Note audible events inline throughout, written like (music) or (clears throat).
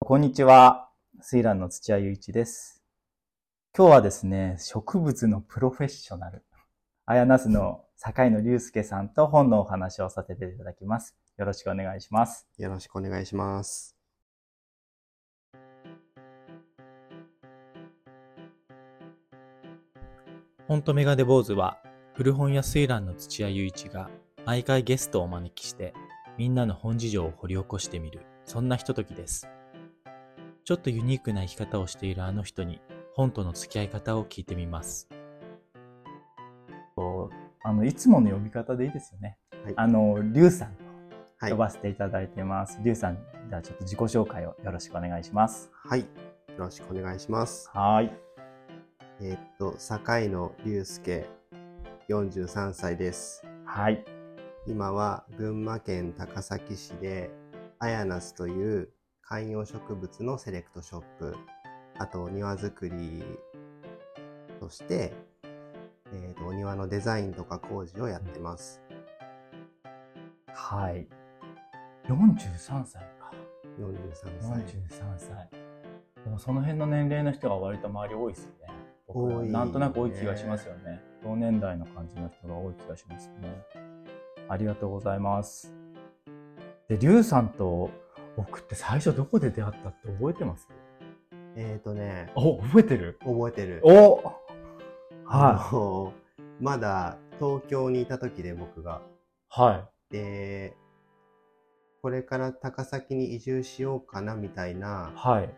こんにちは。スイランの土屋雄一です。今日はですね、植物のプロフェッショナル、アヤナスの坂井野隆介さんと本のお話をさせていただきます。よろしくお願いします。よろしくお願いします。本とメガデ坊主は古本屋水蘭の土屋雄一が毎回ゲストをお招きしてみんなの本事情を掘り起こしてみるそんなひとときですちょっとユニークな生き方をしているあの人に本との付き合い方を聞いてみますあの、いつもの呼び方でいいですよね。はいあの、隆さんはとい。呼ばせていただいてます。隆さん、ではちょっと自己紹介をよろしくお願いします。はい。よろしくお願いします。はい。えーっと、堺野隆介、43歳です。はい。今は群馬県高崎市で、アヤナスという観葉植物のセレクトショップ、あとお庭作りとして、えーっと、お庭のデザインとか工事をやってます。はい。43歳か。 43歳。 43歳。でもその辺の年齢の人が割と周り多いですね。僕ら多いなんとなく多い気がしますよね。同年代の感じの人が多い気がしますね。ありがとうございます。で、リュウさんと僕って最初どこで出会ったって覚えてますえーっとね、お、覚えてる覚えてる。おあはのまだ東京にいた時で僕が。い。はで、これから高崎に移住しようかなみたいい。なはい。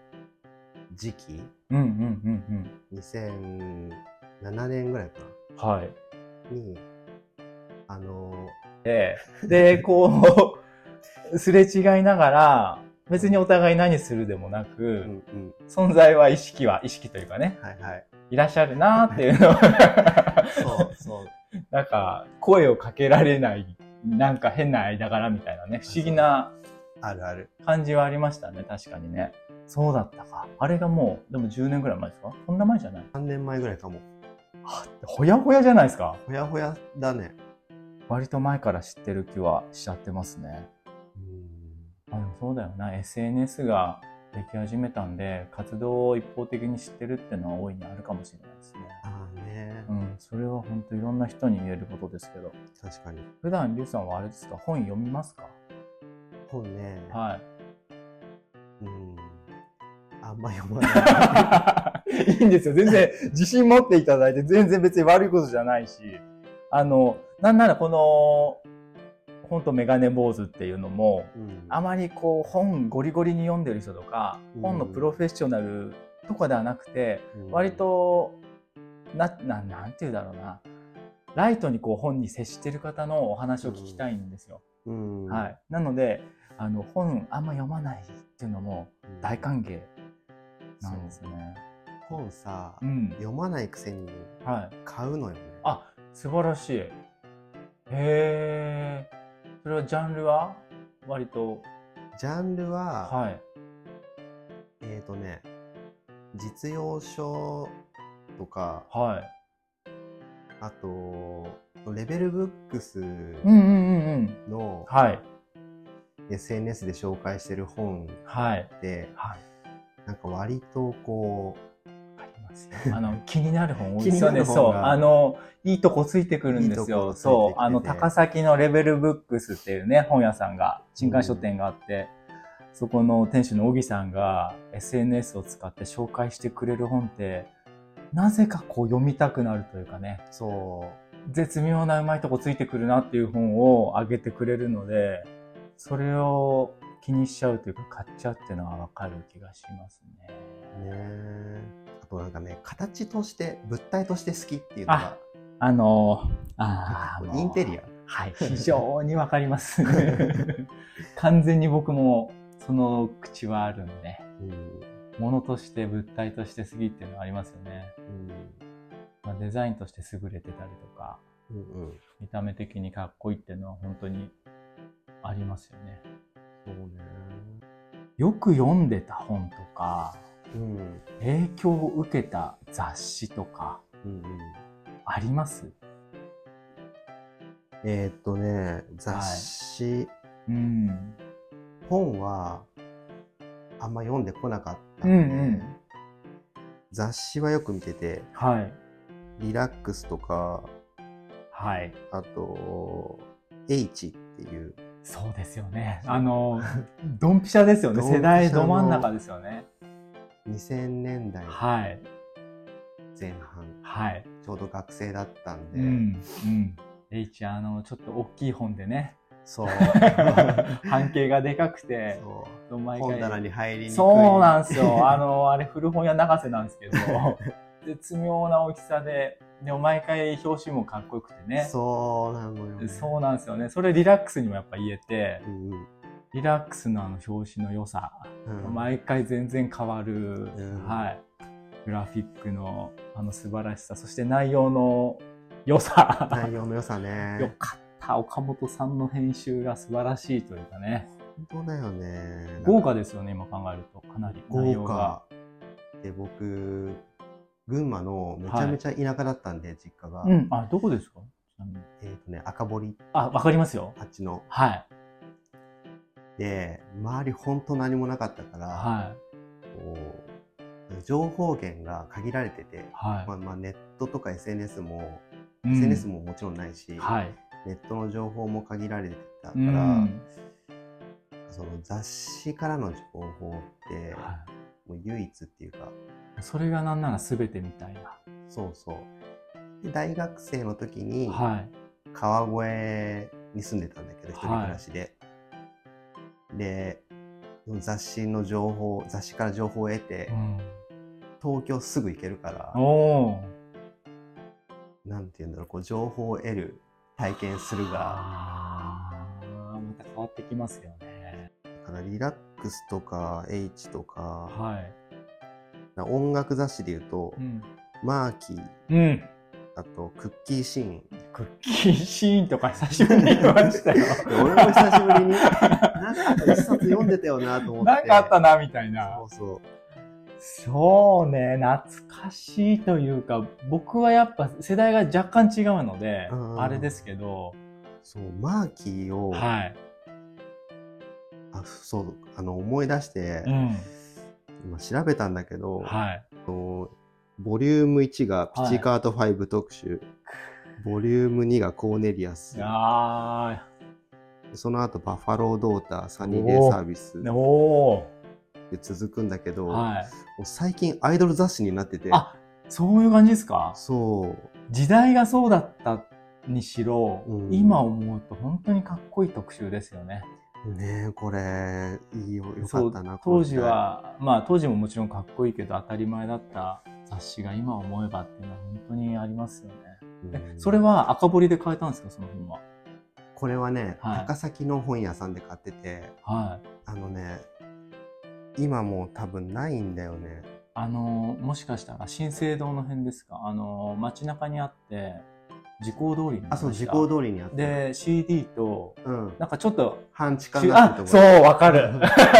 時期、うんうんうん2007年ぐらいかうん。はい。な、に、あの、え (laughs) え。で、こう、すれ違いながら、別にお互い何するでもなく、うんうん、存在は意識は、意識というかね、はいはい。いらっしゃるなーっていうのはそうそう。 (laughs) (laughs) なんか、声をかけられない、なんか変な間柄みたいなね、不思議なあるある。感じはありましたね、確かにね。そうだったか。あれがもう、でも10年ぐらい前ですかそんな前じゃない3年前ぐらいかも。あほやほやじゃないですか。ほやほやだね。割と前から知ってる気はしちゃってますね。うんあでもそうだよな SNS ができ始めたんで活動を一方的に知ってるっていうのは大いにあるかもしれないですね。ああねう、ん、それは本当いろんな人に言えることですけど確かに。普段リュウさんはあれですか本読みますか本ね、はいうん、あんま読まない。 (laughs) (laughs) いいんですよ。全然自信持っていただいて、全然別に悪いことじゃないし、あの、なんならこの、本とメガネ坊主っていうのも、うんあまりこう本ゴリゴリに読んでる人とか、うん本のプロフェッショナルとかではなくて、うん割と、な、ななんて言うだろうな。ライトにこう本に接してる方のお話を聞きたいんですよ。うんはい。なので、あの、本あんま読まないっていうのも大歓迎なんですね。本さ、うん。読まないくせにはい。買うのよねあ、素晴らしい。へえ。それはジャンルは割と。ジャンルは、はい。えっ、とね実用書とかはい。あとレベルブックスうんうんうんうん。のはい。 SNS で紹介してる本はい。ってはい。なんか割とこありますよ。 (laughs) あの、気になる本多いですよね。気になる本がそう。あの、いいとこついてくるんですいいとよ。こついてきてそう。あの、高崎のレベルブックスっていうね、本屋さんが、新刊書店があって、そこの店主の小木さんが SNS を使って紹介してくれる本って、なぜかこう読みたくなるというかねう、そ絶妙なうまいとこついてくるなっていう本をあげてくれるので、それを気にしちゃうというか買っちゃうっていうのはわかる気がしますね。うねあとなんかね形として物体として好きっていうのがあのあなんーかこもううインテリアはい、非常にわかります。 (laughs) 完全に僕もその口はあるんで、うん物として物体として好きっていうのはありますよね。うんまあ、デザインとして優れてたりとか、うんうん見た目的にかっこいいっていうのは本当にありますよね。そうねよく読んでた本とか、うんうん影響を受けた雑誌とか、うんありますえーっとね雑誌、うん。本はあんま読んでこなかったうんので、うん。雑誌はよく見てて、はい。リラックスとか、はい。あと、H っていう、そうですよね。あの、ドンピシャですよね。ドンピシャの世代ど真ん中ですよね。 2000年代はい。前半、はい。ちょうど学生だったんうで、ん。うん。H、あの、ちょっと大きい本で (laughs) ね、そう。 (laughs) 半径がでかくて、そ毎う回本棚に入りにくい。そうなんですよ。あの、あれ、古本屋長瀬なんですけど、絶妙な大きさで、でも毎回表紙もかっこよくてね。そうなのよ、ね。そうなんですよね。それリラックスにもやっぱ言えてう、んうん。リラックスのあの表紙の良さ、うん毎回全然変わる、んはい。グラフィックのあの素晴らしさ、そして内容の良さ。内容の良さよね。かった。岡本さんの編集が素晴らしいというかね。本当だよね。豪華ですよね、今考えると。かなり内容豪が。華。で、僕、群馬のめちゃめちゃ田舎だったんで、実家が。うん。あ、どこですかちなみにえっ、とね、赤堀あ、わかりますよ。あっちの。はい。で、周りほんと何もなかったから、はい。こう情報源が限られてて、はい。まあまあ、ネットとか SNS も、うん SNS ももちろんないし、はい。ネットの情報も限られてたから、うんその雑誌からの情報って、はもう唯一っていうか、いそれがなんなら全てみたいそうそう。で大学生の時にな。はい。川越に住んでたんだけど、一人暮らしで。で、雑誌の情報、雑誌から情報を得て、うん東京すぐ行けるから、おーなんて言うんだろう、こう情報を得る、体験するが、あーまた変わってきますよね。だからリラックスとか、H とか、はい。な音楽雑誌で言うと、うん。マーキー、うん。あと、クッキーシーン。。クッキーシーンとか久しぶりに言いました (laughs) よ (laughs) 俺も久しぶりに、なんか一冊読んでたよなと思っ (laughs) て。なんかあったな、みたいな。そうそう。そうね、懐かしいというか、僕はやっぱ世代が若干違うので、うんあれですけど、そう、マーキーを、はい。あそう、あの、思い出して、うん。今調べたんだけど、はい。あのボリューム1がピチカート5特集、ボリューム2がコーネリアス、あその後バッファロードーター、サニーデイサービスー、おで続くんだけど、ー。はい。もう最近アイドル雑誌になってて、あそういう感じですかそう、時代がそうだったにしろ、うん今思うと本当にかっこいい特集ですよね。ねえ、これ、いいよ、よかそっうたな、この当時時代。は、まあ当時ももちろんかっこいいけど当たり前だった雑誌が今思えばっていうのは本当にありますよね。えうんそれは赤堀で買えたんですかその本は。これはね、はい高崎の本屋さんで買ってて、はい。あのね、今もう多分ないんだよね。あのー、もしかしたら新生堂の辺ですかあのー、街中にあって、時効通りにあ、そう、時時効効通りにあった。で、CD と、うん。なんかちょっと半地下になってある、とそころ。う、わかる。 (laughs)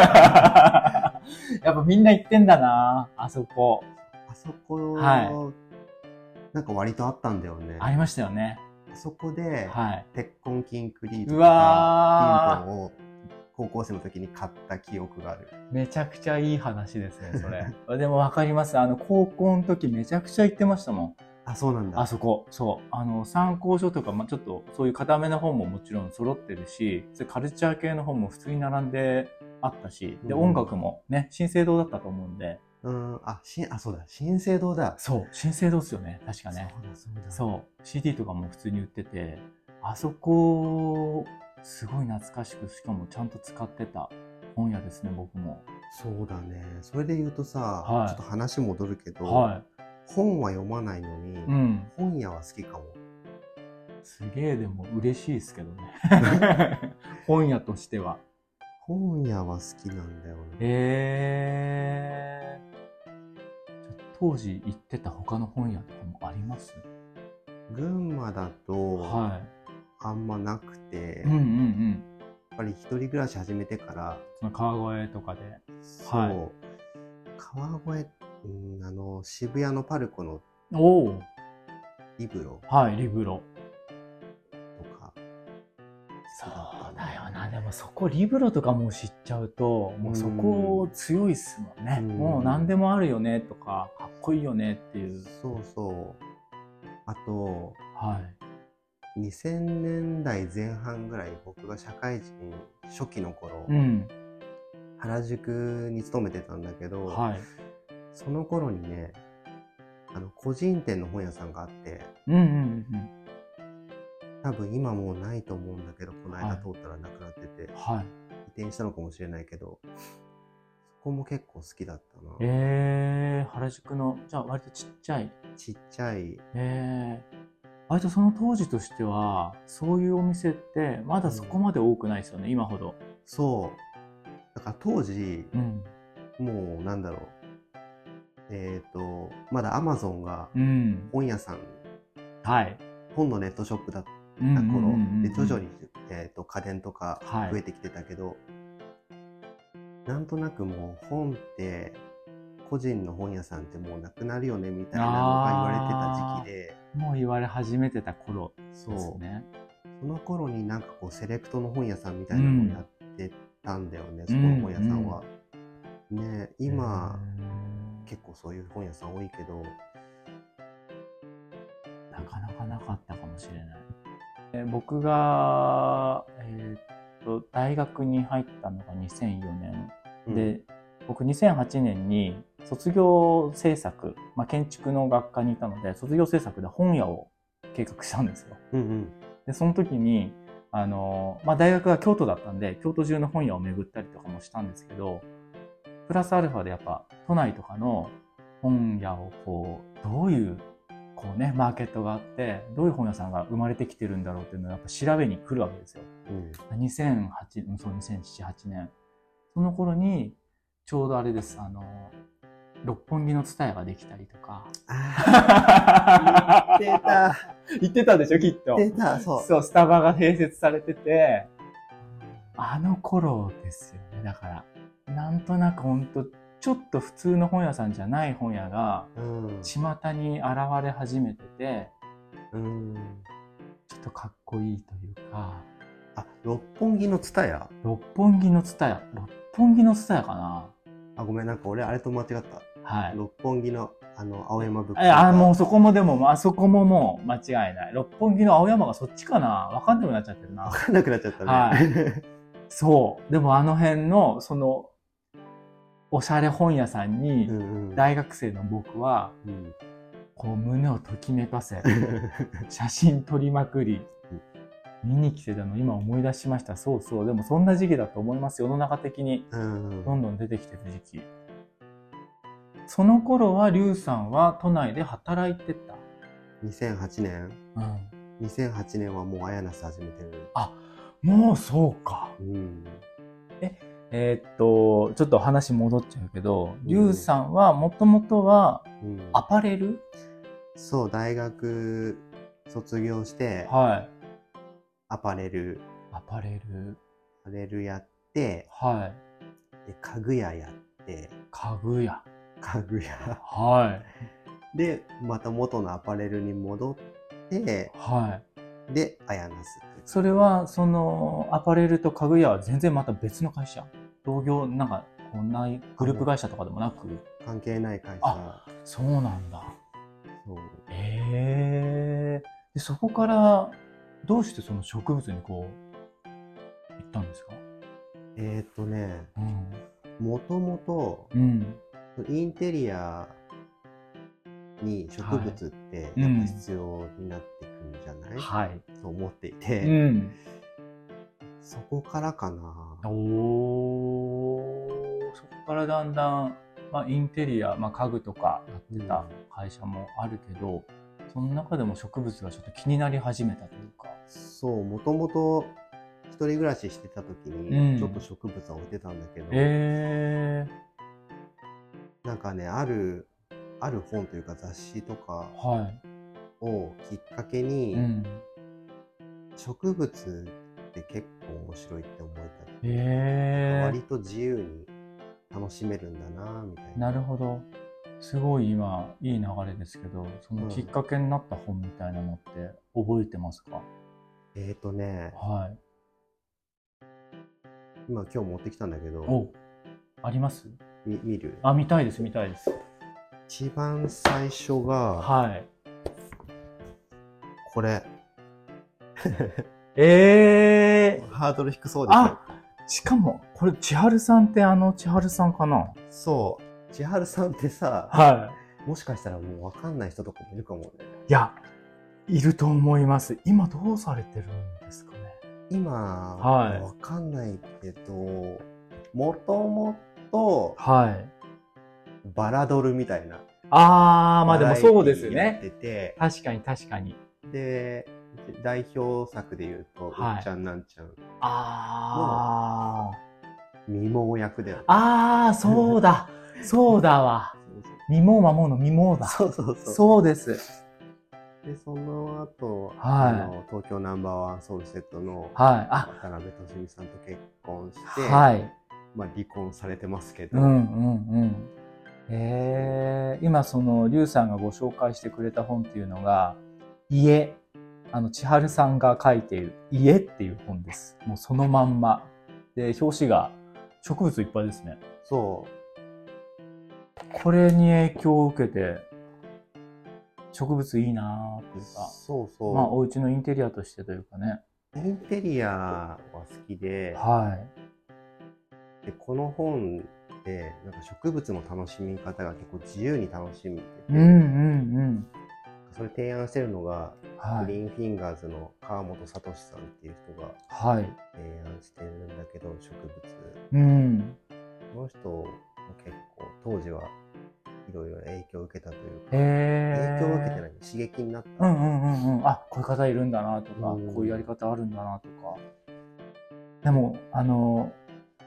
やっぱみんな行ってんだな、あそこ。あそこ、はなんか割とあったんだよね。ありましたよね。あそこで、はい。鉄痕キンクリードうとか、ピわンポンを高校生の時に買った記憶がある。ー、めちゃくちゃいい話ですね、それ。 (laughs) でもわかります。あの、高校の時めちゃくちゃ行ってましたもん。あ、そうなんだ。あそこ。そう。あの、参考書とか、まあ、ちょっと、そういう固めの本ももちろん揃ってるし、それカルチャー系の本も普通に並んであったし、で、うん音楽もね、新生堂だったと思うんで。うん、あ、しん、あ、そうだ。新生堂だ。そう、新生堂っすよね、確かね。そうだ、そうだ。そう、CD とかも普通に売ってて、あそこ、すごい懐かしく、しかもちゃんと使ってた本屋ですね、僕も。そうだね。それで言うとさ、はいちょっと話戻るけど、は本は読まないのに、い。うん。本屋は好きかも。すげえでも嬉しいですけど (laughs) ね。本屋としては。本屋は好きなんだよね。えー。じゃあ当時行ってた他の本屋とかもあります群馬だと、はあんまなくて、い。うんうんうん。やっぱり一人暮らし始めてから、その川越とかで。そう、はい川越、うん、あの、渋谷のパルコのおお。リブロはい、リブロ。とか、そうだよな。でもぱそこリブロとかもう知っちゃうともうそこ強いっすもんね、うんもう何でもあるよねとかかっこいいよねっていうそうそう。あと、はい2000年代前半ぐらい僕が社会人初期の頃、うん原宿に勤めてたんだけど、はいその頃にね、あの、個人店の本屋さんがあって、うんうんうんうん多分今もうないと思うんだけど、このは間い通ったらなくなってて、はい移転したのかもしれないけど、そこも結構好きだったな。えー、原宿のじゃあ割とちっちゃいちっちゃい、えー、割とその当時としてはそういうお店ってまだそこまで多くないですよね、今ほどそう。だから当時、うんもうなんだろう。えっ、と、まだ Amazon がうん本屋さん、はい本のネットショップだったうんうん頃うんうんで徐々に、えー、と家電とかはい増えてきてたけど、なんとなくもう本って個人の本屋さんってもうなくなるよねみたいなのが言われてた時期でもう言われ始めてた頃そうですねその頃になんかこうセレクトの本屋さんみたいなのをやってたんだよね、そこの本屋さんは。ね今、結構そういう本屋さん多いけど、なかなかなかったかもしれない。え僕が、えーっと大学に入ったのが2004年うんで、僕2008年に卒業制作、まあ、建築の学科にいたので卒業制作で本屋を計画したんですよ。うんうんでその時にあの、まあ、大学が京都だったんで京都中の本屋を巡ったりとかもしたんですけどプラスアルファでやっぱ都内とかの本屋をこうどういうこうねマーケットがあってどういう本屋さんが生まれてきてるんだろうっていうのをやっぱ調べに来るわけですよ。うん2008うんそう2007 8年その頃にちょうどあれですあの六本木の蔦屋ができたりとかああ、出た、 (laughs) 言ってたでしょきっと出た、そう。そう、スタバが併設されてて、あの頃ですよね。だから、なんとなくほんと、ちょっと普通の本屋さんじゃない本屋が、うん巷に現れ始めてて、うん。ちょっとかっこいいというか、あ、六本木のツタヤ六本木のツタヤ、六本木のツタヤかなあ、ごめん、なんか俺あれと間違った。はい。六本木の、あの、青山ブックえあ、もうそこもでも、あそこももう間違いない。六本木の青山がそっちかなわかんなくなっちゃってるなわ。かんなくなっちゃったね。そう。でもあの辺の、その、おしゃれ本屋さんに、うんうん大学生の僕はうんこう胸をときめか (laughs) せ写真撮りまくり見に来てたの今思い出しましたそうそうでもそんな時期だと思います世の中的にうんどんどん出てきてる時期その頃はリュウさんは都内で働いてた、 2008年うん、 2008年はもうアヤナス始めてる。もうそうかうん。えーっとちょっと話戻っちゃうけどリュウさんはもともとはうんアパレルそう、大学卒業して、はいアパレル、アパレルアパレルやって、はいで家具屋やって、家具屋家具 (laughs) 屋。はいで、また元のアパレルに戻って、はいで、アヤナスってそれはそのアパレルと家具屋は全然また別の会社同業なんかこんなグループ会社とかでもなく関係ない会社あ。そうなんだそうへえでそこからどうしてその植物にこう行ったんですかえーっとね、うん、もともとうん、インテリアに植物ってやっぱうん必要になってくるんじゃない、はい、と思っていて、うん、そこからかな。おおそこからだんだん、まあ、インテリア、まあ、家具とかやってた会社もあるけど、その中でも植物がちょっと気になり始めたというかそう、もともと一人暮らししてた時うんにちょっと植物は置いてたんだけど、えなんかね、ある、ある本というか雑誌とかー、はい。をきっかけに、うん。植物って結構面白いって思えたりえ割と自由に楽しめるんだなみたいー、な。なるほど。すごい今、いい流れですけど、そのきっかけになった本みたいなのって覚えてますか、えっ、ー、とね、はい。今今日持ってきたんだけど、おありますみ見るあ、見たいです、見たいです。一番最初が、はい。これ。ええハードル低そうでしょあしかも、これ、千春さんってあの千春さんかなそう。千春さんってさ、はもしかしたらもう分かんない人とかもいるかもね。い。いや、いると思います。今どうされてるんですかね。今、はい分かんないけど、もともとはい。バラドルみたいな。あー、まあでもそうですバラエねテ。ィーやって確かに確かに。て、で、代表作で言うと、はいうっちゃんなんちゃん、あ未亡役だよねー。。あー、そうだ。そうだわ。身も守るの身もだ。そうそうそうそうそう。そうです。で、その後、はいあの東京ナンバーワンソウルセットのはい。あ、渡辺俊美さんと結婚して、はい。まあ離婚されてますけど、うんうんうん。えー、今その、リュウさんがご紹介してくれた本っていうのが、家。あの、千春さんが書いている家っていう本です。もうそのまんま。で、表紙が植物いっぱいですね。そこれに影響を受けて、植物いいなーっていううか、そうそう、まあ、お家のインテリアとしてというかね。インテリアは好きで,、はい。でこの本でなんか植物の楽しみ方が結構自由に楽しみてて、うんうんそれ提案してるのが、うん。はグい。リーンフィンガーズの川本聡さんっていう人がはい。提案してるんだけど植物うん。この人も結構当時はいろいろ影響を受けたというかへえ。影響を受けてない刺激になった、うんうんうんうん。あ、こういう方いるんだなとか、うんこういうやり方あるんだなとか。でも、あの、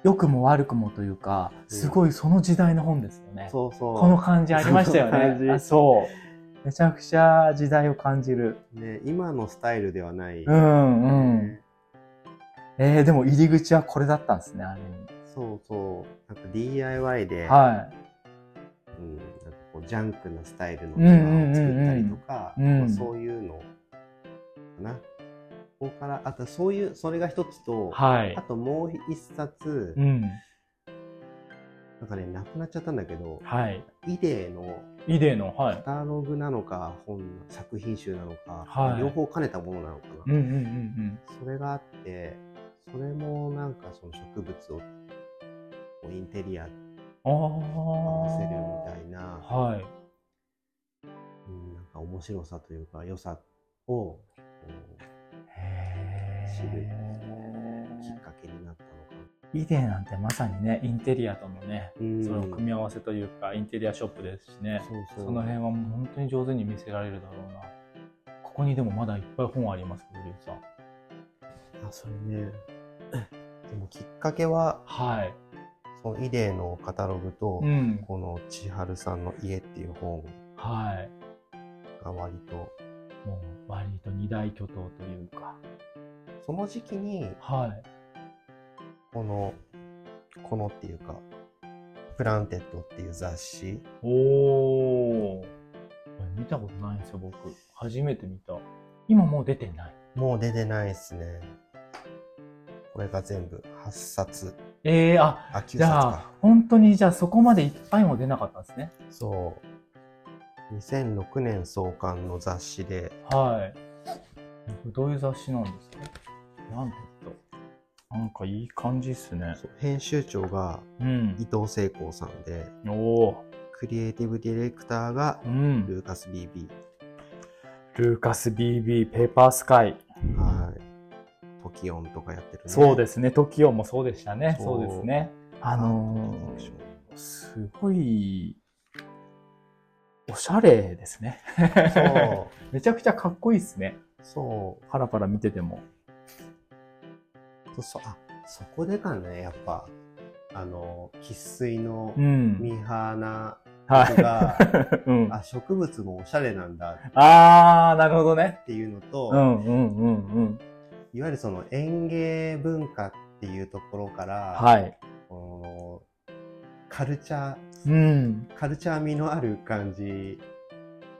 良くも悪くもというか、すごいその時代の本ですよね。そうそうこの感じありましたよその感じね。あそう。めちゃくちゃ時代を感じる。ね、今のスタイルではない、うんうん。ねえー、でも入り口はこれだったんですね、あるそうそうなんか DIY で、意味。はうん、なんかこうジャンクなスタイルのうんうんうんうん庭を作ったりとか、うんまあ、そういうのかなここからあとそういうそれが一つい。と、はいあ。ともう一冊、うん。なんかねなくなっちゃったんだけどはい。イデーのイデの、はカい。タログなのか本の作品集なのか、はい両方兼ねたものなのかうんな、うんうんそれがあってそれもなんかその植物をこうインテリア合うん。ああ。わせるみたいな、はい。うん、なんか面白さというか良さをこうへー知るきっかけになったのかイデなんてまさにねインテリアとのね、な、うんその組み合わせというかインテリアショップですしねそうそうその辺はもう本当に上手に見せられるだろうなここにでもまだいっぱい本ありますけどリュウさんあそれね (laughs) でもきっかけははいそのイデーのカタログと、うんこの千春さんの家っていう本はいが割ともう割と二大巨頭というかその時期にはいこのこのっていうか「プランテッド」っていう雑誌おお見たことないんですよ僕初めて見た今もう出てないもう出てないですねこれが全部8冊えー、ああ9冊じゃあか本当にじゃあそこまでいっぱいも出なかったんですねそう2006年創刊の雑誌ではい。これどういう雑誌なんですかなんだと。なんかいい感じっすね。そう編集長がうん伊。藤聖光さんでおおクリエイティブディレクターがー。うん。ルーカス BB、ルーカス BB ペーパースカイ。はいトキオンとかやってるねそうですね。トキオもそうでしたね。そそううですね。あのトキオンアクー、すごい、おしゃれですね。ションそ (laughs) うめちゃくちゃかっこいいっすね。そパラパラ見てても。う。そ、あ、そこでかね、やっぱ。あの、生粋のうん。ミーハーなはい僕。 (laughs) が、うん。あ、植物もおしゃれなんだあー、なるほどね。っていうのと、うんうんうんうん。いわゆるその園芸文化っていうところから、はい。このカルチャー、うん。カルチャー味のある感じ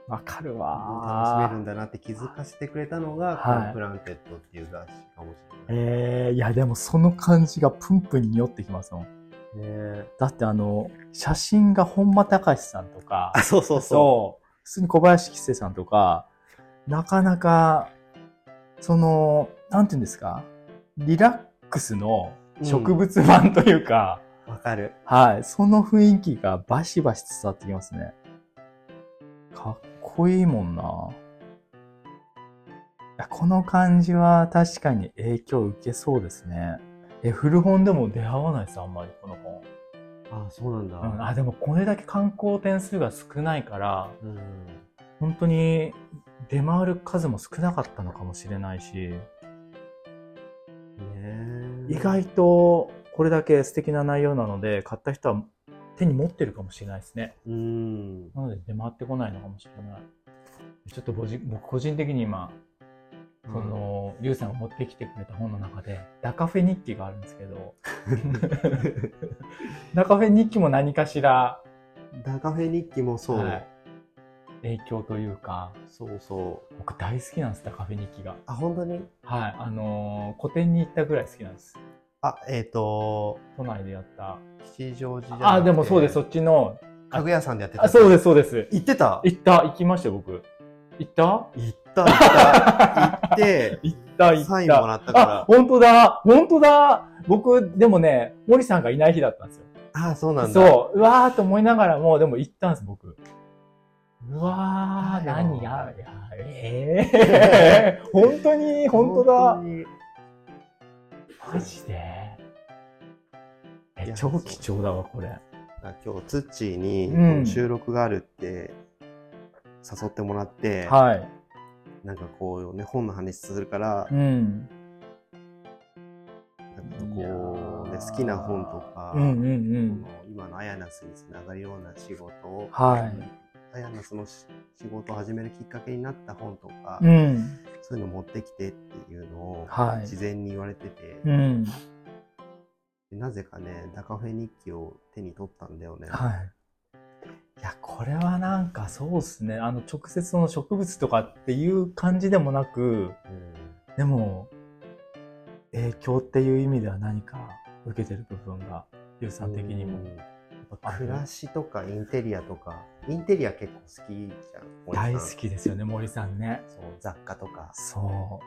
わかる楽しめるわんだなって気づかせてくれたのが、はいこのプランテッドっていう雑誌かもしれない。えー、いやでもその感じがプンプンに寄ってきますもんねだってあの写真が本間隆史さんとかあ、そうそうそそう普通に小林吉瀬さんとかなかなかそのなんて言うんですかリラックスの植物版というか、う。わかる。はいその雰囲気がバシバシ伝わってきますねかっこいいもんないやこの感じは確かに影響受けそうですねえ古本でも出会わないですあんまりこの本あ、そうなんだ。うん、あでもこれだけ観光点数が少ないからうん。本当に出回る数も少なかったのかもしれないしねえ意外とこれだけ素敵な内容なので買った人は手に持ってるかもしれないですねうん。なので出回ってこないのかもしれないちょっとぼじ僕個人的に今その、リュウさんが持ってきてくれた本の中で「ダカフェ日記」があるんですけど (laughs) ダカフェ日記も何かしら、ダカフェ日記もそう。はい影響というかそうそう。僕大好きなんですダカフェ日記があ、本当にはいあのー個展に行ったぐらい好きなんですあ、えっ、と、都内でやった吉祥寺じゃなくてあでもそうですそっちの家具屋さんでやってた。。あそうですすそうです行ってた行った行きましたよ僕行った行った、行った。行って、 (laughs) 行った行ったサインもらったあか本当だ本当だ僕でもね森さんがいない日だったんですよら。あ、そうなんだ。そううわーと思いながらもでも行ったんです僕うわーだよ何やいやええ (laughs) 本当 (laughs) に本当だ本当にマジでいえや超貴重だわこれあ今日、ツッチーにうんこの収録があるって誘ってもらって、はいなんかこうね、本の話するから、うんなんかこう、ね、好きな本とか、うんうんうんこの今のアヤナスにつながるような仕事を、はいアヤナスの仕事を始めるきっかけになった本とか、うんそういうの持ってきてっていうのを、はい事前に言われてて、うんでなぜかね、ダカフェ日記を手に取ったんだよね。はい。いや、これはなんかそうですね。あの、直接その植物とかっていう感じでもなく、うんでも、影響っていう意味では何か受けてる部分が、ゆうさん的にもう。んある暮らしとかインテリアとか、インテリア結構好きじゃん。森さ大ん好。きですよね、森さんね。そう雑貨とか。そ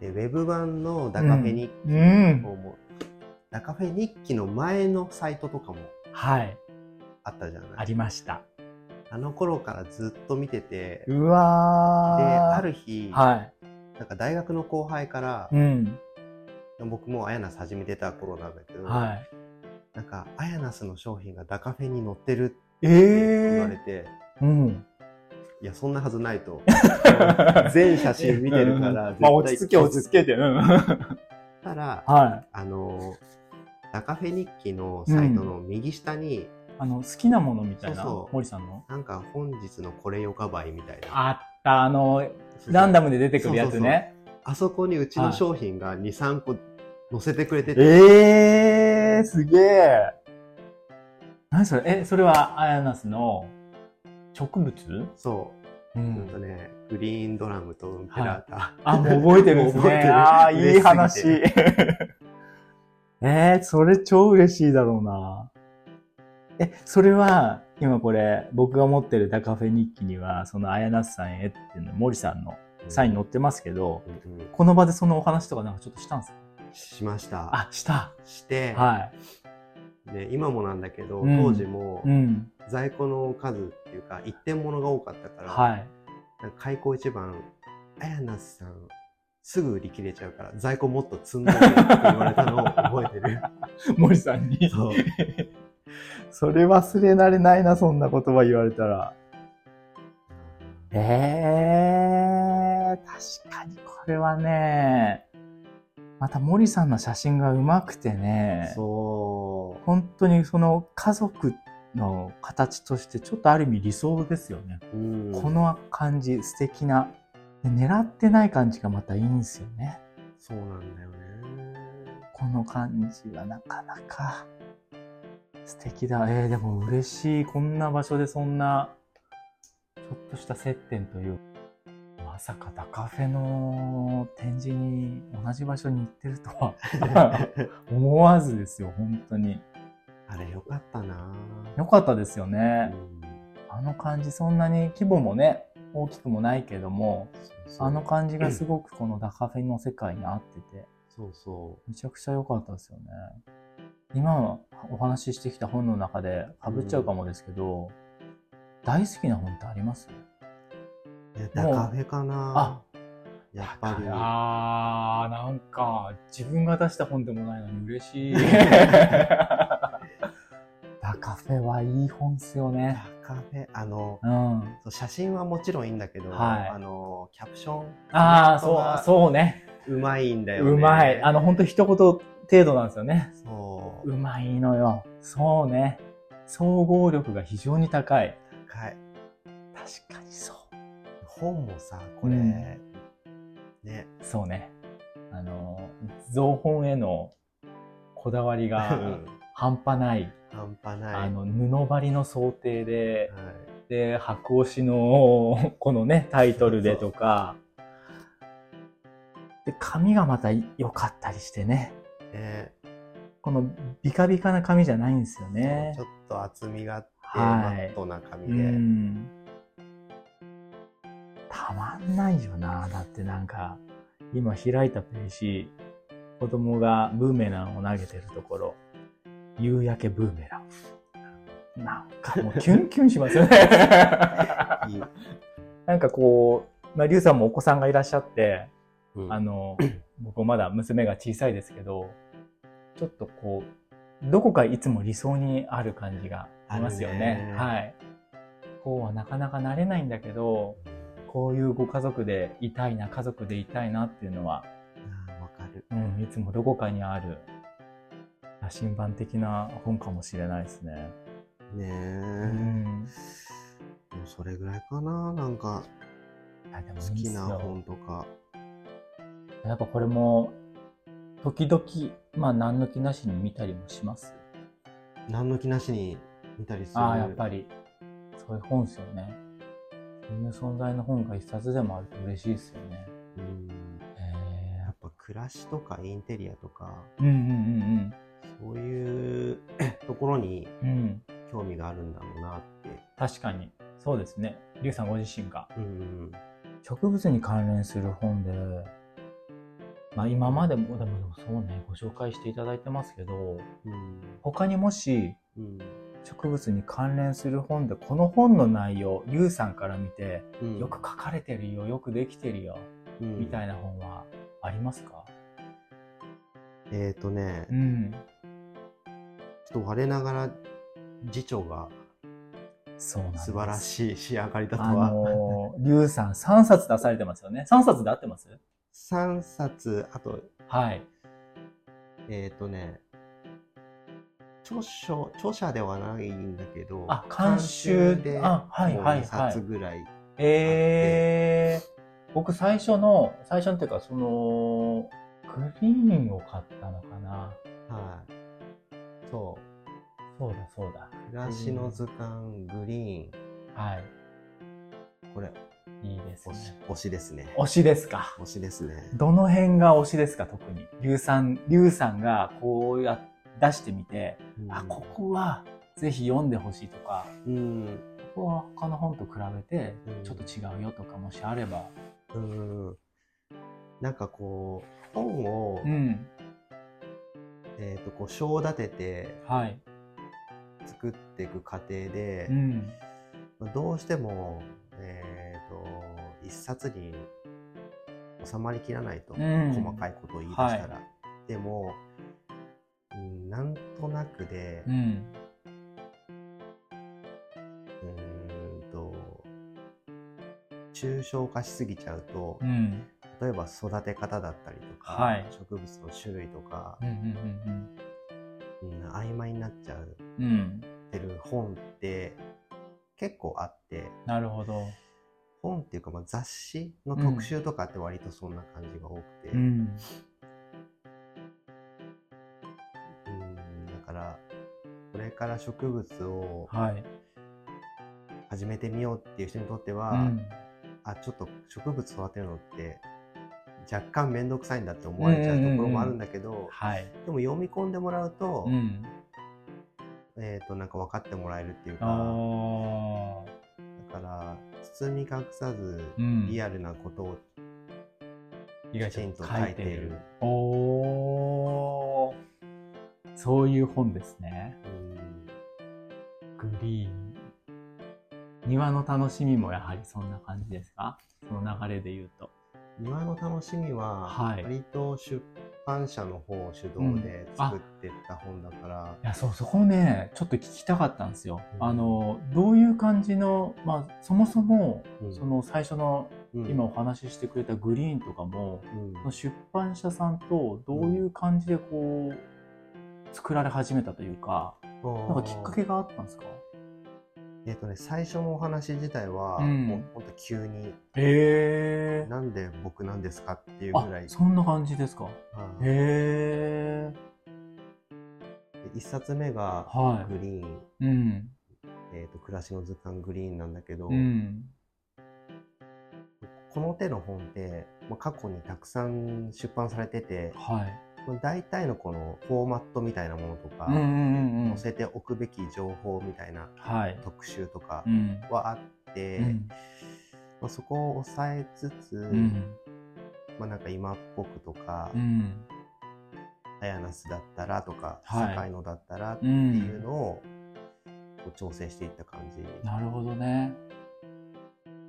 で、ウェブ版のダカフェ日記う。うん。をも、ダカフェ日記の前のサイトとかもはい。あったじゃないありました。あの頃からずっと見てて、で、うわー。ある日、はなんか大学の後輩からい。う、ん。僕もアヤナス始めてた頃なんだけど、はい。なんかアヤナスの商品がダカフェに載ってるってえ言われー。て、うん。いや、そんなはずない (laughs) と。 (laughs) 全写真見てるから、うんまあ、落ち着け、落ち着け。けて。うん。はたら、い。あの、ダカフェ日記のサイトの右下に、あの、好きなものみたいな、そうそう森さんの。なんか本日のこれよかばいみたいな。あった、あの、ランダムで出てくるやつそうそうそうね。あそこにうちの商品が2、3個載せてくれてて、ええー、すげえ。何それえ、それはアヤナスの植物そう。ううんと。ね、グリーンドラムとウンペラータ。あ、もう覚えてるんですもう (laughs) 覚えね。てるああ、いい嬉し話すぎ。 (laughs) えー、それ超嬉しいだろうな。え、それは、今これ、僕が持ってるダカフェ日記には、そのアヤナスさんへっていうの、森さんのサイン載ってますけど、うんうんこの場でそのお話とかなんかちょっとしたんですかしました。あ、した。して、はで、今もなんだけど、うん当時もい。うん。在庫の数っていうか、一点物が多かったから、はい。なんか開口一番、あやなすさん、すぐ売り切れちゃうから、在庫もっと積んでって言われたのを覚え (laughs) てる。森さんに。そう。 (laughs) それ忘れられないな、そんな言葉言われたら。ええー、確かにこれはね、また森さんの写真がうまくてね、そ本当にその家族の形としてちょっとある意味理想ですよね。う。うんこの感じ、素敵な。で狙ってない感じがまたいいんですよね。そうなんだよね。この感じはなかなか素敵だ。えー、でも嬉しい。こんな場所でそんなょっとした接点というまさかダカフェの展示に同じ場所に行ってると (laughs) は思わずですよ本当にあれよかったな良かったですよね、うんあの感じそんなに規模もね大きくもないけどもあの感じがすごくこのダカフェの世界に合っててそうそめちゃくちゃ良かったですよね今のお話ししてきた本の中でかぶっちゃうかもですけど、大好きな本ってありますういやダカフェかなやっぱりあーなんか自分が出した本でもないのに嬉しい (laughs) ダカフェはいい本っすよねダカフェあのうんそう写真はもちろんいいんだけど、はいあのキャプションああそそううそうねうまいんだよねうまい。あの、ほんと一言程度なんですよね。そううまいのよ。そうね。総合力が非常に高い。高い確かにそう。本もさこれ、うんねそうね。あの、造本へのこだわりうが (laughs) ん半端ない。半端ないあの、布張りの想定で、はいで、白押しの (laughs) このね、タイトルでとか。で、紙がまた良かったりしてね。ねこのビカビカな紙じゃないんですよね。そうちょっと厚みがあって、マはいットな紙うで、んたまんないよなだってなんか今開いたページ子供がブーメランを投げてるところ夕焼けブーメランなんかもうキュンキュンしますよね (laughs) (laughs) いい、なんかこう、まあ、リュウさんもお子さんがいらっしゃってうんあの僕まだ娘が小さいですけどちょっとこうどこかいつも理想にある感じがありますよね。あるねはい、こうはなかなかなれないんだけどこういうご家族でいたいな家族でいたいなっていうのは、あーわかるうん、いつもどこかにある羅針盤的な本かもしれないですね。ねえ、んでもそれぐらいかななんかいやでもい好いんきすなよ本とかやっぱこれも時々まあ何の気なしに見たりもします。何の気なしに見たりするああ、やっぱり。そういう本ですよね。そういう存在の本が一冊でもあると嬉しいですよね。うんえやっぱ暮らしとかインテリアとかー、うんうんそういう (coughs) ところにうんうん。うん。興味があるんだろうなって確かに。そうですね。リュウさんご自身が。うん植物に関連する本で、まあ今までも、でもでもそうね、ご紹介していただいてますけど、うん他にもしうん植物に関連する本で、この本の内容、リュウさんから見て、うんよく書かれてるよ、よくできてるよ、うんみたいな本はありますかえっ、とね、ん。ちょっと我ながら次長がそうなんです素晴らしい仕上がりだとあは、のー、リュウさん3冊出されてますよね。3冊で合ってます三3冊あとはい。えっ、とね著書著者ではないんだけどあ監修であはいもうはい2冊ぐらい、えー、僕最初の、最初のっていうか、その、グリーンを買ったのかな。はいそうそうだそうだ。 「暮らしの図鑑グリーンは」これい。いいです推しね。推しですね推しですか。推しですねどの辺が推しですか、特に。リュウさん、リュウさんがこうや、出してみて、あ、ここはぜひ読んでほしいとか、うんここは他の本と比べてうんちょっと違うよとかもしあれば、うんなんかこう本を、ん、えー、とこう章立ててはい、作っていく過程で、ん、どうしても、えー、と一冊に収まりきらないと、うん細かいことを言い出したら、でも、うん、なんとなくで、う、うんーんと抽象化しすぎちゃうと、うん、例えば育て方だったりとか、はい植物の種類とかうん、う、ん、うん、曖昧になっちゃううん、うん、ってる本って結構あってなるほど、本っていうかまあ雑誌の特集とかって割とそんな感じが多くて。ん、うんだからこれから植物をはい、流始めてみようっていう人にとっては、うんあちょっと植物育てるのって若干面倒くさいんだって思われちゃうところもあるんだけど、はい。でも読み込んでもらうと,、うん。えー、となんか分かってもらえるっていうかあだから包み隠さずーうん。リアルなことを意き外ちんとと書書いいててる。る。おー。そういう本ですね。うんグリーン。庭の楽しみもやはりそんな感じですかその流れで言うと。庭の楽しみははい割と出版社の方主導で作ってった本だから、いや、そう、そこね、ちょっと聞きたかったんですよ。うんあの、どういう感じの、まあ、そもそも、うんその最初のうん今お話ししてくれたグリーンとかも、うんその出版社さんとどういう感じでこう、作られ始めたというか、なんかきっかけがあったんですかえっ、とね最初のお話自体は、うんもうほんと急にへえ。なんで僕なんですかっていうあぐらい、そんな感じですか。はいへえ。一冊目がはグリーン、い。うん。えーと「暮らしの図鑑グリーン」なんだけど、うん。この手の本って、まあ、過去にたくさん出版されてて、はい。まあ、大体のこのフォーマットみたいなものとか、うんうんうんうん載。せておくべき情報みたいなはい。特集とかうん。はあって、うんまあ、そこを抑えつつ、うん。まあ、なんか今っぽくとかう、ん。アヤナスだったらとか、はい世界のだったらってう。いうんのをこう調整していった感じ。なるほどね。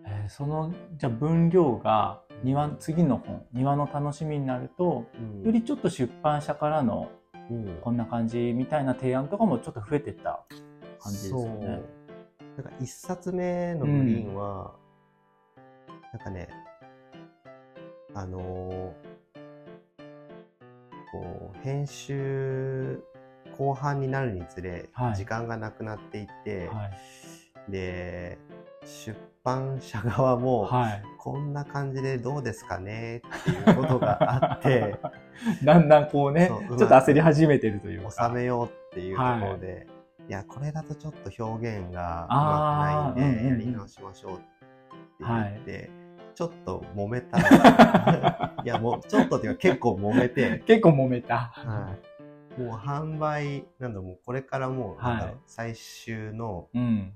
えーそのじゃあ分量が庭次の本「庭の楽しみ」になるとうんよりちょっと出版社からのうんこんな感じみたいな提案とかもちょっと増えてった感じですよね。そう。なんか一冊目のグリーンは、なんかね、あのーこう、編集後半になるにつれ、はい時間がなくなっていって、はいで、出版社側も、はい、こんな感じでどうですかねっていうことが (laughs) あって、だんだんこうねそうちょっと焦り始めてると (laughs) いう収か。めようっていうところで、い、やこれだとちょっと表現があーうまくないんうんうんうでんやり直しましょうって言って、ちょっと揉めた (laughs) らいやもうちょっとっていうか結構揉めて、結構揉めた。はい、もう販売なんだもうこれからもうなんだろうはい最終の、うん。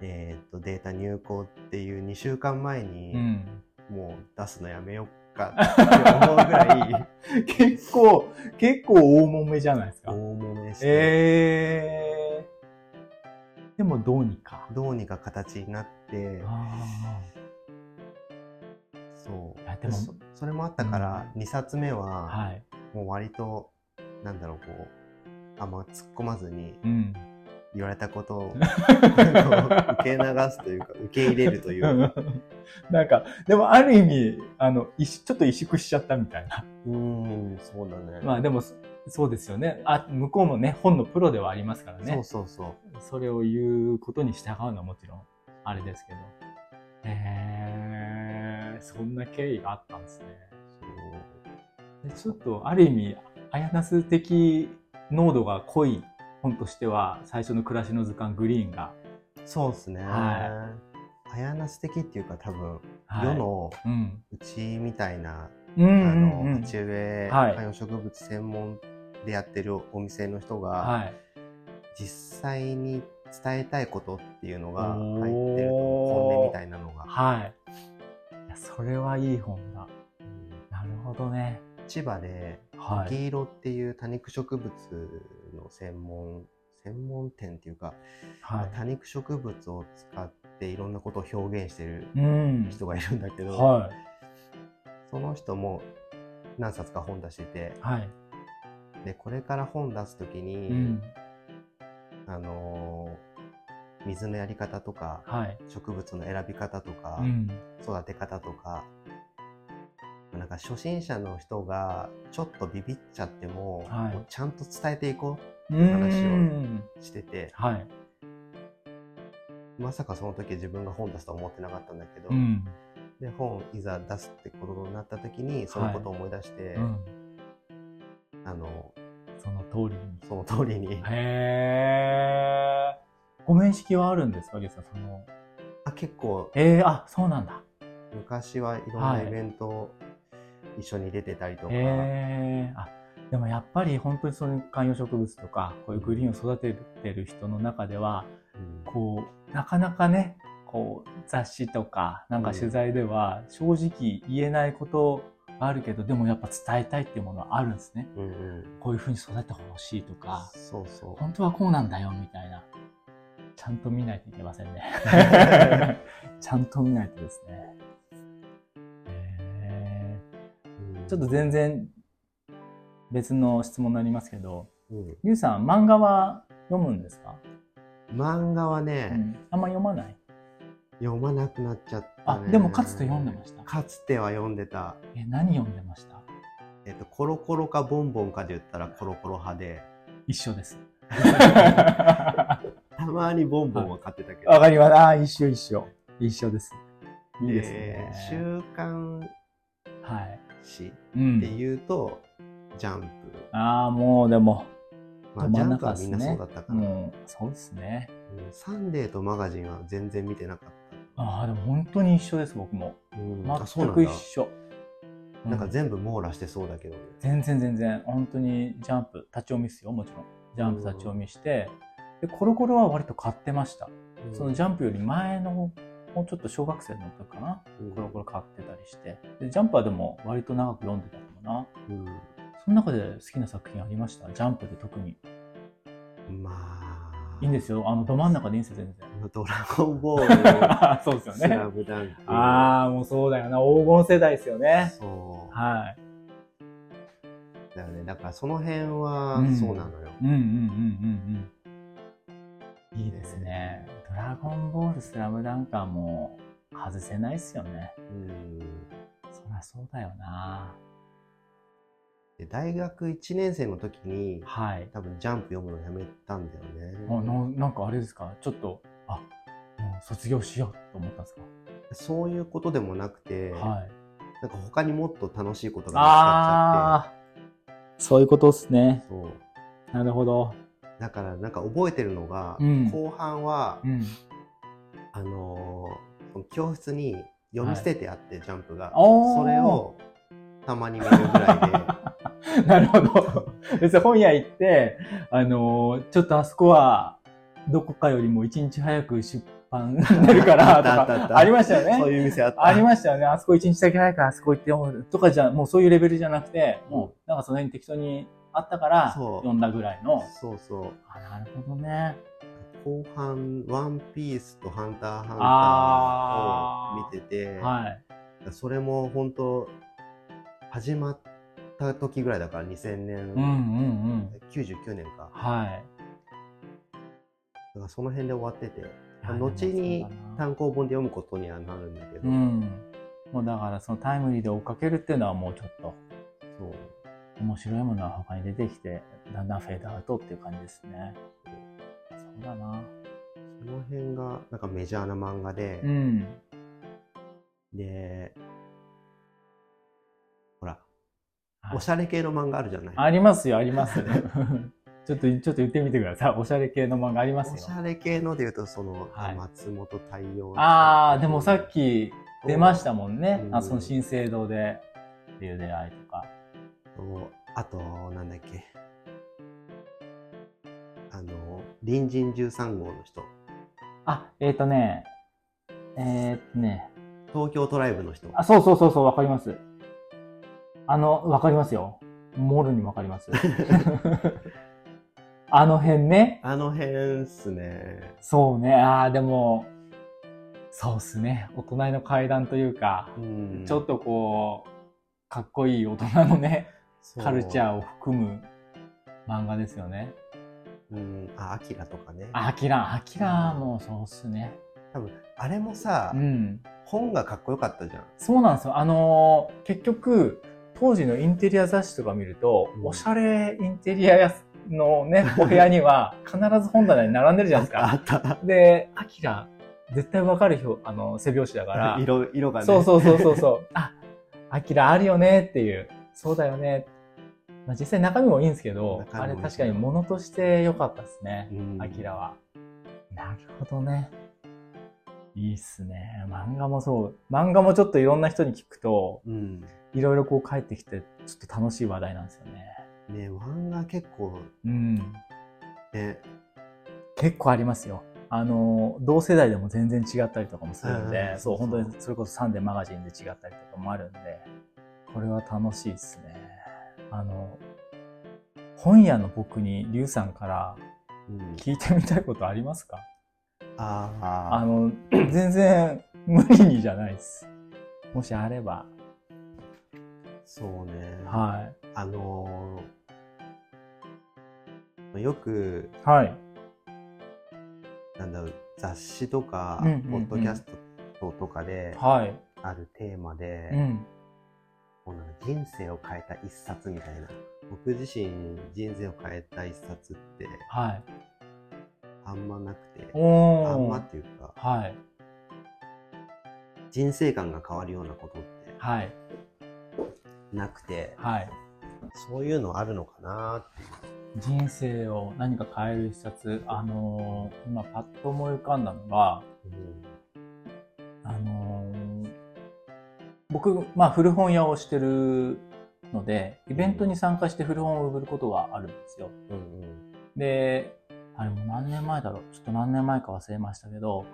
えーっとデータ入稿っていう2週間前に、うん。もう出すのやめようかって思うぐら (laughs) い結構、結構大揉めじゃないです大か。揉めして。えー。でもどうにか。どうにか形になって、あそういやでもそそれもあったから、2冊目あははい。もう割と、なんだろうこうあんま突っ込まずに (laughs) うん。言われたこと (laughs) をあの受け流すというか受け入れるというか (laughs) なんか、でもある意味、あの、萎縮ちょっと萎縮しちゃったみたいな。 (laughs) うーんそうだね,、まあでも、そそうですよね。あ、向こうもね、本のプロではありますからね。そうそうそうそれを言うことに従うのはもちろんあれですけど。へえ、そんな経緯があったんですね。でちょっとある意味、アヤナス的濃度が濃い本としては、最初の暮らしの図鑑グリーンが、そうですね、はあやなす的っていうか多分、はい世のうん。うちみたいな、うんあのうんうん鉢植えはい観葉植物専門でやってるお店の人が、はい。実際に伝えたいことっていうのが入ってるとおー本音みたいなのが、はい。いやそれはいい本だ。なるほどね。千葉では黄い。色っていう多肉植物の専門専門店っていうか、は多肉植物を使っていろんなことを表現してるい。うん。人がいるんだけど、はその人も何冊か本出しててい。はい。でこれから本出す時に、うん。あのー水のやり方とかはい。植物の選び方とか、うん。育て方とかなんか初心者の人がちょっとビビっちゃっても,、はいもうちゃんと伝えていこ話をうん。うしててはい。まさかその時自分が本出すとは思ってなかったんだけど、うん。で本いざ出すってことになった時にそのことを思い出して、うん。あのその通りに。その通りに、へえ。ご面識はあるんですか、ゲスさん。そのあ結構えー、あ、そうなんだ。昔はいろんはないイベント一緒に出てたりとか、えー、あでもやっぱり本当にそういう観葉植物とかこういうグリーンを育ててる人の中ではうんこうなかなかねこう雑誌とかなんか取材では正直言えないことがあるけど、でもやっぱ伝えたいっていうものはあるんですねうんうん、こういうふうに育ててほしいとかそうそう本当はこうなんだよみたいなちゃんと見ないといけませんねちゃんと見ないとですねえーうんちょっと全然別の質問になりますけど、うんゆうさん、漫画は読むんですか、漫画はね、うんあんま読まない読まなくなっちゃった、あね、、でもかつて読んでました。かつては読んでた、え、何読んでましたえっと、コロコロかボンボンかで言ったらコロコロ派で一緒 (laughs) です。たまにボンボンは買ってたけど、わかります。あー、一緒一緒。一緒です。いいですでね。週刊はい。誌うってん。いうと、ジャンプ、ああ、もうでも、まあ、止まジャんンなプかはったみでんすなねそうだったから、もう、そうですね。うんサンデーとマガジンは全然見てなかっああ、でも本当に一緒です、僕も。た、うんあそうな全んくだ一緒。うなんか全部網羅してそうだけどね、全然全然本当にジャンプ立ち読みですよもちろんジャンプ立ち読みしてでコロコロは割と買ってました、うんそのジャンプより前のもうちょっと小学生の時かなうんコロコロ買ってたりしてでジャンプはでも割と長く読んでたかもなうその中で好きな作品ありましたジャンプで特にんまあいいんですよあのど真ん中でいいんですよ全然ドラゴンボー (laughs) そうでル、すスよねラムダンク、 (laughs) ああもうそうだよな黄金世代ですよねそうはいだよね。だからその辺はうんそうなのよ。うんうんうんうんうん。いいですね。ドラゴンボールスラムダンクはもう外せないっすよね。うんそりゃそうだよな。で大学1年生の時にはい。多分ジャンプ読むのやめたんだよね。もうのなんかあれですかちょっと、あ、もう卒業しようと思ったんですそういうことでもなくて、かはい。なんか他にもっと楽しいことが見つかっああ、そういうことっすちゃねっ。て。そうなるほど。だからなんか覚えてるのが、うん後半は、うん。あのーその教室に読み捨ててあって、ジャンプが。おーそれをたまに見るぐらなるほど。別に本屋行って、あのーちょっとあそこは、どこかよりも一日早く (laughs) 出版になるかあら、っとたあったあっか、たありましたいよで、そうね。いう店あった。ありましたよね。あそこ一日だけ早くあそこ行って読むとかじゃ、もうそういうレベルじゃなくて、もうなんかその辺適当にあったから、そう読んだぐらいの。そうそう。あ、なるほどね。後半「ワンピースと「ハンターハンあター」を見てて、はい。それも本当始まった時ぐらいだから2000年、うんうんうん。 99年かだかはい。らその辺で終わってていや後にでもそうだな単行本で読むことにはなるんだけど、うん。もうだからそのタイムリーで追っかけるっていうのはもうちょっと。そう面白いものは他に出てきてだんだんフェードアウトっていう感じですねそうだなその辺がなんかメジャーな漫画で、うんでほら、はいおしゃれ系の漫画あるじゃないありますよあります (laughs) ちょっとちょっと言ってみてくださいおしゃれ系の漫画ありますおよしゃれ系ので言うとその、はい松本太陽ああでもさっき出ましたもんね、うんあその新生堂でっていう出会いとかとあとなんだっけあの隣人13号の人あえっ、ー、とねえー、っとね東京トライブの人あそうそうそうそうわかりますあのわかりますよモルにわかります (laughs) あの辺ねあの辺っすねそうね、ああ、でも、そうっすね、大人の階段というか、うんちょっとこう、かっこいい大人のね、カルチャーをを含む漫画ですよね。うんあアキラとかねあきら、あきらもそうっすね。多分あれもさ、うん。本がかっこよかったじゃんそうなんですよ。あのー結局、当時のインテリア雑誌とか見ると、うんおしゃれインテリアやすの (laughs) ね、お部屋には必ず本棚に並んでるじゃないですあか。ったで、あきら、絶対わかる表、あの、背表紙だから。 (laughs) 色色がねそうそうそうそうそう。あ、アキラあるよねっていう。そうだよね。まあ、実際中身もいいんですけど、あ中身もいれい確かに物として良かったですね。うんアキラは。なるほどね。いいっすね。漫画もそう。漫画もちょっといろんな人に聞くと、うん。いろいろこう帰ってきて、ちょっと楽しい話題なんですよね。ね、漫画結構うん。ね、結構ありますよ。あの、同世代でも全然違ったりとかもするんで、うんそう、そう本当にそれこそサンデーマガジンで違ったりとかもあるんで、これは楽しいですね。あの、本屋の僕にリュウさんからうん、聞いてみたいことありますかあああの、 (clears throat) 全然無理にじゃないです。もしあれば。そうね、はあのーよくい。はい。なんだろう雑誌とか、うんうんうんポッドキャストとかではい。あるテーマで、うん。こうなんか人生を変えた一冊みたいな僕自身人生を変えた一冊ってはい。あんまなくておあんまーっ。ていうかはい。人生観が変わるようなことってはい。なくてはい。そういうのあるのかなって人生を何か変える一冊、あのー今パッと思い浮かんだのが、あのー僕、まあ古本屋をしてるので、イベントに参加して古本を売ることがあるんですよ。うんうんで、あれもう何年前だろうちょっと何年前か忘れましたけど、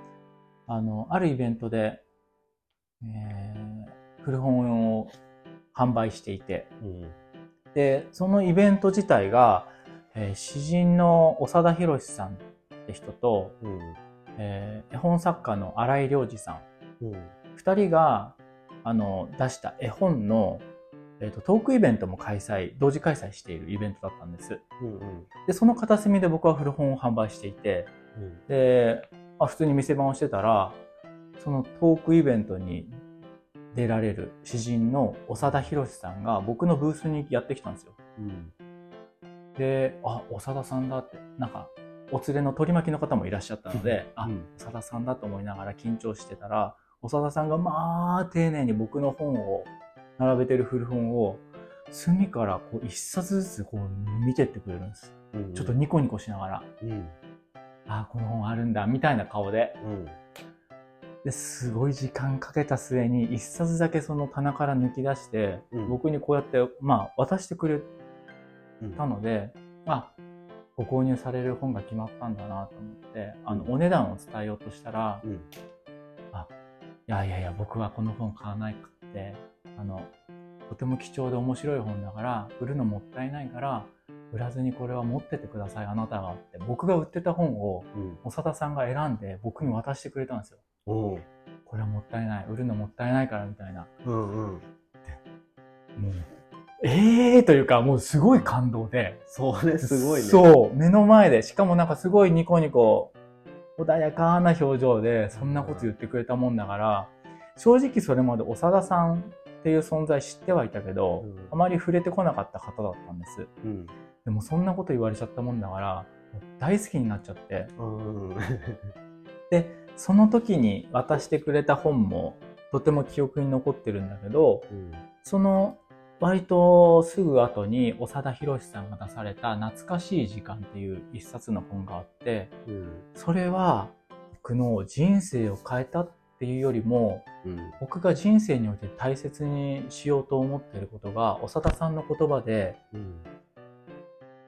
あの、あるイベントで、えー古本を販売していて、うんうんで、そのイベント自体が、えー詩人の長田博さんって人と、うんえー絵本作家の荒井良二さん、うん二人が、あの、出した絵本の、えーと、トークイベントも開催、同時開催しているイベントだったんです。うんうんで、その片隅で僕は古本を販売していて、うんで、あ、普通に店番をしてたら、そのトークイベントに出られる詩人の長田博さんが僕のブースにやってきたんですよ。うんで、あ、長田さんだって、なんか、お連れの取り巻きの方もいらっしゃったので、あ、長田さんだと思いながら緊張してたら、長田さんがまあ丁寧に僕の本を、並べてる古本を、隅からこう一冊ずつこう見てってくれるんです。うんちょっとニコニコしながら、うんあ、この本あるんだ、みたいな顔で。うんですごい時間かけた末に一冊だけその棚から抜き出して、うん僕にこうやって、まあ、渡してくれうんたので、あご購入される本が決まったんだなと思ってあの、うんお値段を伝えようとしたら、うんいやいやいや僕はこの本買わないかってあのとても貴重で面白い本だから売るのもったいないから売らずにこれは持ってってくださいあなたがって僕が売ってた本をうん長田さんが選んで僕に渡してくれたんですよ。おうこれはもったいない売るのもったいないからみたいなうんうんもうええー、というかもうすごい感動で。それすごいねそう、目の前で、しかもなんかすごいニコニコ、穏やかな表情で、そんなこと言ってくれたもんだから、正直それまで長田さんっていう存在知ってはいたけど、うんあまり触れてこなかった方だったんです。うんでもそんなこと言われちゃったもんだから、大好きになっちゃって、うんその時に渡してくれた本も、とても記憶に残ってるんだけど、うんその割とすぐ後に長田博さんが出された「懐かしい時間」っていう一冊の本があってうんそれは僕の人生を変えたっていうよりもうん僕が人生において大切にしようと思ってることが長田さんの言葉でうん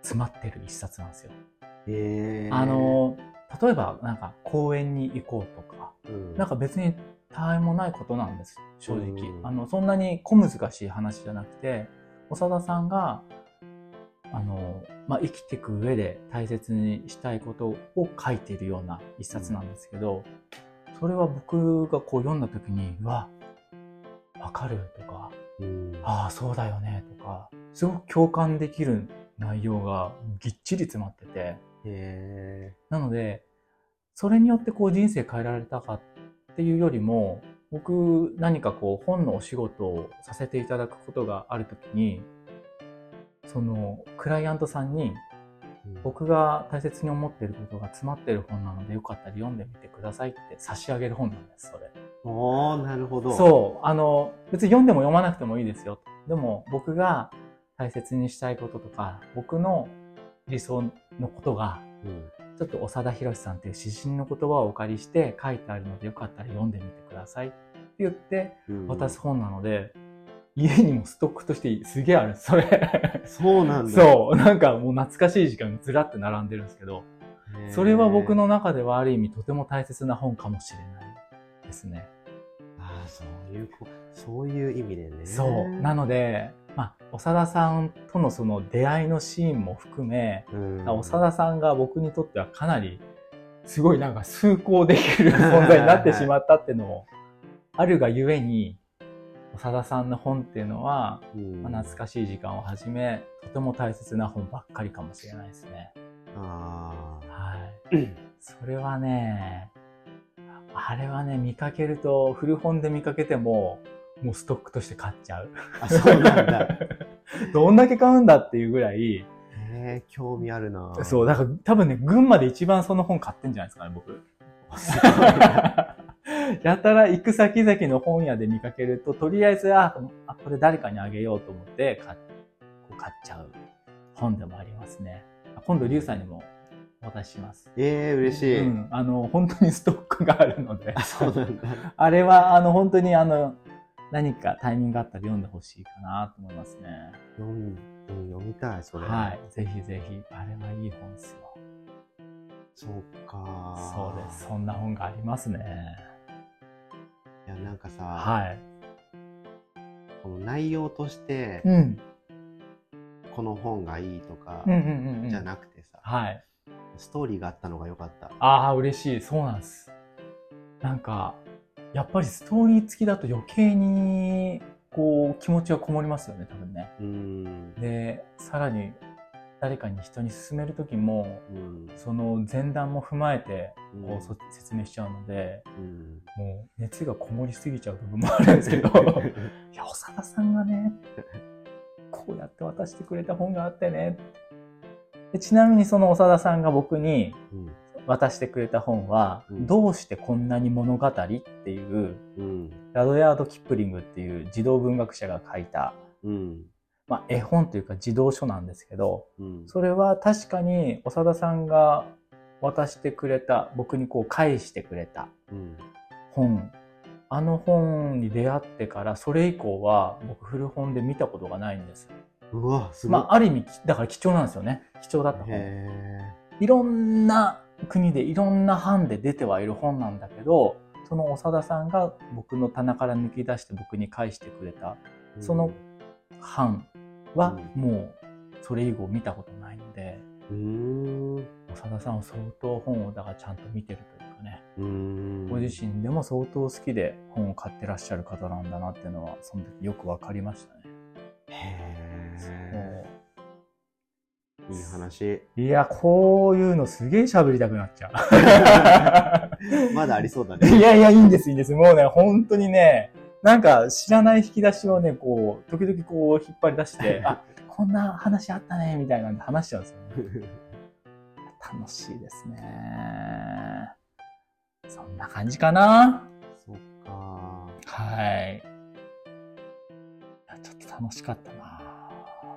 詰まってる一冊なんですよ。へえあの例えばなんか公園に行こうとかうんなんか別に他愛もないことなんです正直、うんあのそんなに小難しい話じゃなくて長田さんがあの、まあ、生きていく上で大切にしたいことを書いているような一冊なんですけど、それは僕がこう読んだ時に「うわわかる」とかう「んああそうだよね」とかすごく共感できる内容がぎっちり詰まってて。へなので、それによってこう人生変えられたかっていうよりも、僕何かこう本のお仕事をさせていただくことがあるときに、そのクライアントさんにえ僕が大切に思っていることが詰まってる本なのでよかったら読んでみてくださいって差し上げる本なんです、それ。おーなるほどそう。あの、別に読んでも読まなくてもいいですよ。でも僕が大切にしたいこととか、僕の理想のことがうんちょっと長田博さんっていう詩人の言葉をお借りして書いてあるのでよかったら読んでみてくださいって言ってうん渡す本なので、家にもストックとしてすげえあるそれそうなんだ。そうなんかもう懐かしい時間がずらって並んでるんですけどへーそれは僕。の中ではある意味とても大切な本かもしれないですね。ああ、そういうこ、そういう意味でね。そうなので、まあ、長田さんとのその出会いのシーンも含め、うん。長田さんが僕にとってはかなりすごいなんか崇高できる存在になってしまったっていうのもあるがゆえに長田さんの本っていうのは、うんまあ懐かしい時間をはじめとても大切な本ばっかりかもしれないですね。ああ。はい、それはねあれはね見かけると古本で見かけてももうストックとして買っちゃう。 (laughs) あ、そうなんだ。。どんだけ買うんだっていうぐらい、へえ、興味あるな。そう、だから多分ね、群馬で一番その本買ってんじゃないですかね、 (laughs) 僕。すごいなやたら行く先々の本屋で見かけると、とりあえず、あ、あこれ誰かにあげようと思って買っこう買っちゃう本でもありますね。今度、リュウさんにもお渡しします。ええ、嬉しい。うん、あの、本当にストックがあるのであ、。そうなんだ。 (laughs) あれは、あの、本当に、あの、何かタイミングがあったら読んでほしいかなと思いますね。読み、うん読みたい、それ。はい、ぜひぜひ、あれはいい本ですよ。そうか。そうです、。そんな本がありますね。いや、なんかさ、はい。この内容として、ん、この本がいいとか、うん、うん、うん。じゃなくてさ、はい。ストーリーがあったのが良かった。ああ、嬉しい、そうなんです。なんか、やっぱりストーリー付きだと余計に、こう、気持ちがこもりますよね、多分ね。うーん。で、さらに、誰かに人に勧める時も、うん。その前段も踏まえて、こううんそ説明しちゃうので、うん。もう熱がこもりすぎちゃう部分もあるんですけど。いや、長田さんがね、こうやって渡してくれた本があってね。でちなみにその長田さんが僕に (laughs) うん。渡してくれた本は、うんどうしてこんなに物語っていう、うん。ラドヤード・キップリングっていう児童文学者が書いた、うん。まあ、絵本というか児童書なんですけど、うん。それは確かに長田さんが渡してくれた、僕にこう返してくれたうん。本あの本に出会ってからそれ以降は僕古本で見たことがないんですうわ、すごまい。あある意味きだから貴重なんですよね貴重だった本へいろんな国でいろんな版で出てはいる本なんだけどその長田さんが僕の棚から抜き出して僕に返してくれたえ。その版はうもうそれ以後見たことないのでうん。う長田さんは相当本をだからちゃんと見てるというかねーん。ご自身でも相当好きで本を買ってらっしゃる方なんだなっていうのはその時よく分かりましたね。へえ。そいい話。ういやこういうのすげえ喋りたくなっ (laughs) (laughs) ちゃまだありそうだう。ね。いやいやいいんですいいんですもうね本当にねなんか知らない引き出しをねこう時々こう引っ張り出して (laughs) あこんな話あったねみたいなんで話しちゃうんですよね。楽しいですね。そんな感じかな。そっか。はい。いやちょっと楽しかったな。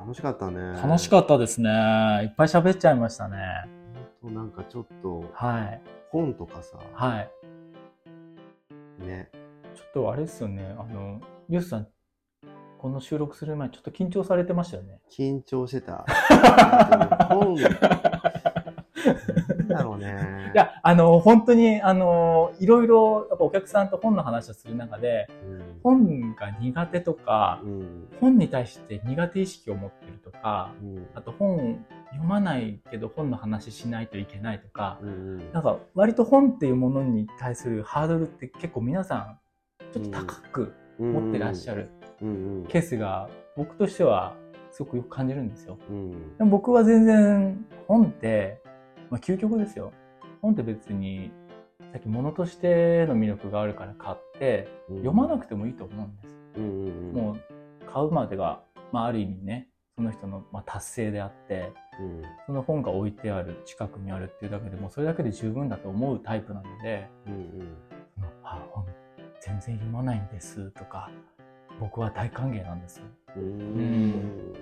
楽しかったね。楽しっかったですね。いっぱい喋っちゃいましたね。た。なんかちょっと、はい。本とかさ、はい。ね。ちょっとあれですよね。あの、リュウスさん、この収録する前、ちょっと緊張されてましたよね。緊張してた。本、なんだろうね。いや、あの、本当に、あの、いろいろ、やっぱお客さんと本の話をする中で、うん、本が苦手とか、うん。本に対して苦手意識を持ってるとか、うん。あと本読まないけど本の話しないといけないとか、うんうんなんか割と本っていうものに対するハードルって結構皆さんちょっと高く持ってらっしゃる。るうんうんケースが僕としてはすごくよく感じるんですよ。うんでも僕は全然本って、まあ、究極ですよ。本って別にさっき物としての魅力があるから買って読まなくてもいいと思うんです。うんうんうんもう買うまでが、まあ、ある意味ねその人のまあ達成であってうんその本が置いてある近くにあるっていうだけでもうそれだけで十分だと思うタイプなので。うんそのあ本全然読まないんですとか僕は大歓迎なんですようんうん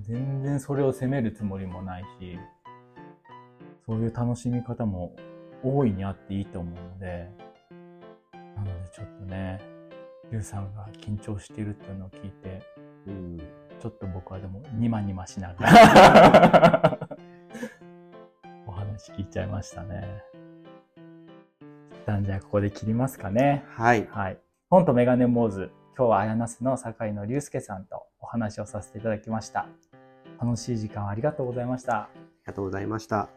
全然それを責めるつもりもないしそういう楽しみ方も大いにあっていいと思うので、なのでちょっとね、リュウさんが緊張してるっていうのを聞いて、うん、ちょっと僕はでもニマニマしながら (laughs) お話聞いちゃいましたね。一旦じゃあここで切りますかね。はい。はい。本とメガネ坊主、今日は綾瀬の坂井の龍介さんとお話をさせていただきました。楽しい時間をありがとうございました。ありがとうございました。